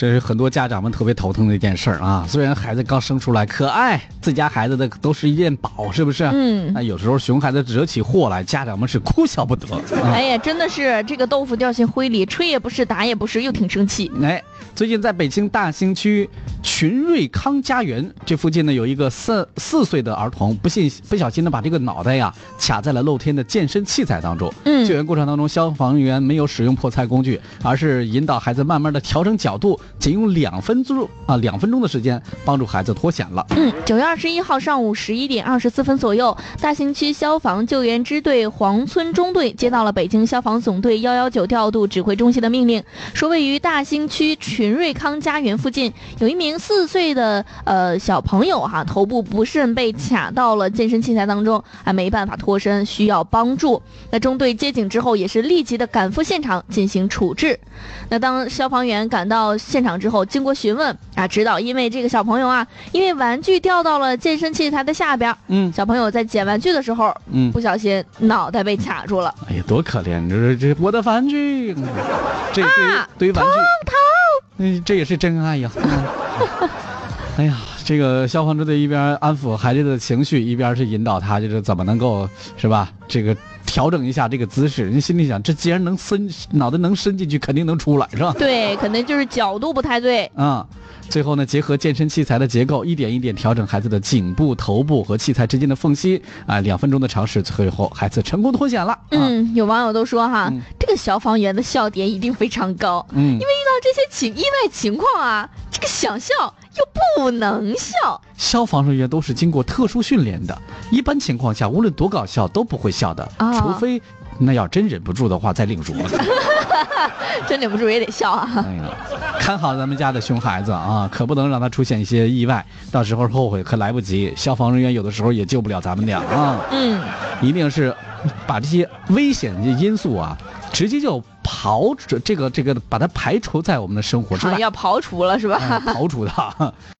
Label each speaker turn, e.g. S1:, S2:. S1: 这是很多家长们特别头疼的一件事儿啊。虽然孩子刚生出来可爱，自家孩子的都是一件宝，是不是？
S2: 嗯
S1: 那有时候熊孩子惹起祸来，家长们是哭笑不得。啊
S2: 哎呀，真的是这个豆腐掉进灰里，吹也不是，打也不是，又挺生气。
S1: 哎，最近在北京大兴区群瑞康家园这附近呢，有一个四四岁的儿童不幸不小心的把这个脑袋呀卡在了露天的健身器材当中。
S2: 嗯
S1: 救援过程当中，消防员没有使用破菜工具，而是引导孩子慢慢的调整角度，仅用两分钟啊两分钟的时间帮助孩子脱险了。
S2: 嗯， 九月二十一号上午十一点二十四分左右，大兴区消防救援支队黄村中队接到了北京消防总队幺幺九调度指挥中心的命令，说位于大兴区群瑞康家园附近有一名四岁的呃小朋友哈、头部不慎被卡到了健身器材当中，还没办法脱身，需要帮助。那中队接警之后，也是立即的赶赴现场进行处置。那当消防员赶到现场之后，经过询问啊，知道因为这个小朋友啊，因为玩具掉到了健身器材的下边儿，
S1: 嗯
S2: 小朋友在捡玩具的时候
S1: 嗯，
S2: 不小心脑袋被卡住了，
S1: 哎呀，多可怜！这这我的玩具，嗯这这对于玩具，嗯，这也是真爱呀。嗯哎呀，这个消防支队一边安抚孩子的情绪，一边是引导他，就是怎么能够是吧？这个调整一下这个姿势。人心里想，这既然能伸脑袋能伸进去，肯定能出来，是吧？
S2: 对，可能就是角度不太对。
S1: 嗯啊、最后呢，结合健身器材的结构，一点一点调整孩子的颈部、头部和器材之间的缝隙啊、两分钟的尝试，最后孩子成功脱险了。啊，
S2: 嗯，有网友都说哈，
S1: 嗯
S2: 这个消防员的笑点一定非常高，
S1: 嗯
S2: 因为遇到这些情意外情况啊，这个想笑又不能笑。
S1: 消防人员都是经过特殊训练的，一般情况下，无论多搞笑都不会笑的，
S2: 啊
S1: 除非那要真忍不住的话再 另说。
S2: 真忍不住也得笑啊！
S1: 哎呀，看好咱们家的熊孩子啊，可不能让他出现一些意外，到时候后悔可来不及。消防人员有的时候也救不了咱们俩啊，
S2: 嗯，
S1: 一定是把这些危险的因素啊，直接就刨除这个这个，把它排除在我们的生活之
S2: 好
S1: 外哎
S2: 像，要刨除了是吧？
S1: 啊刨除它。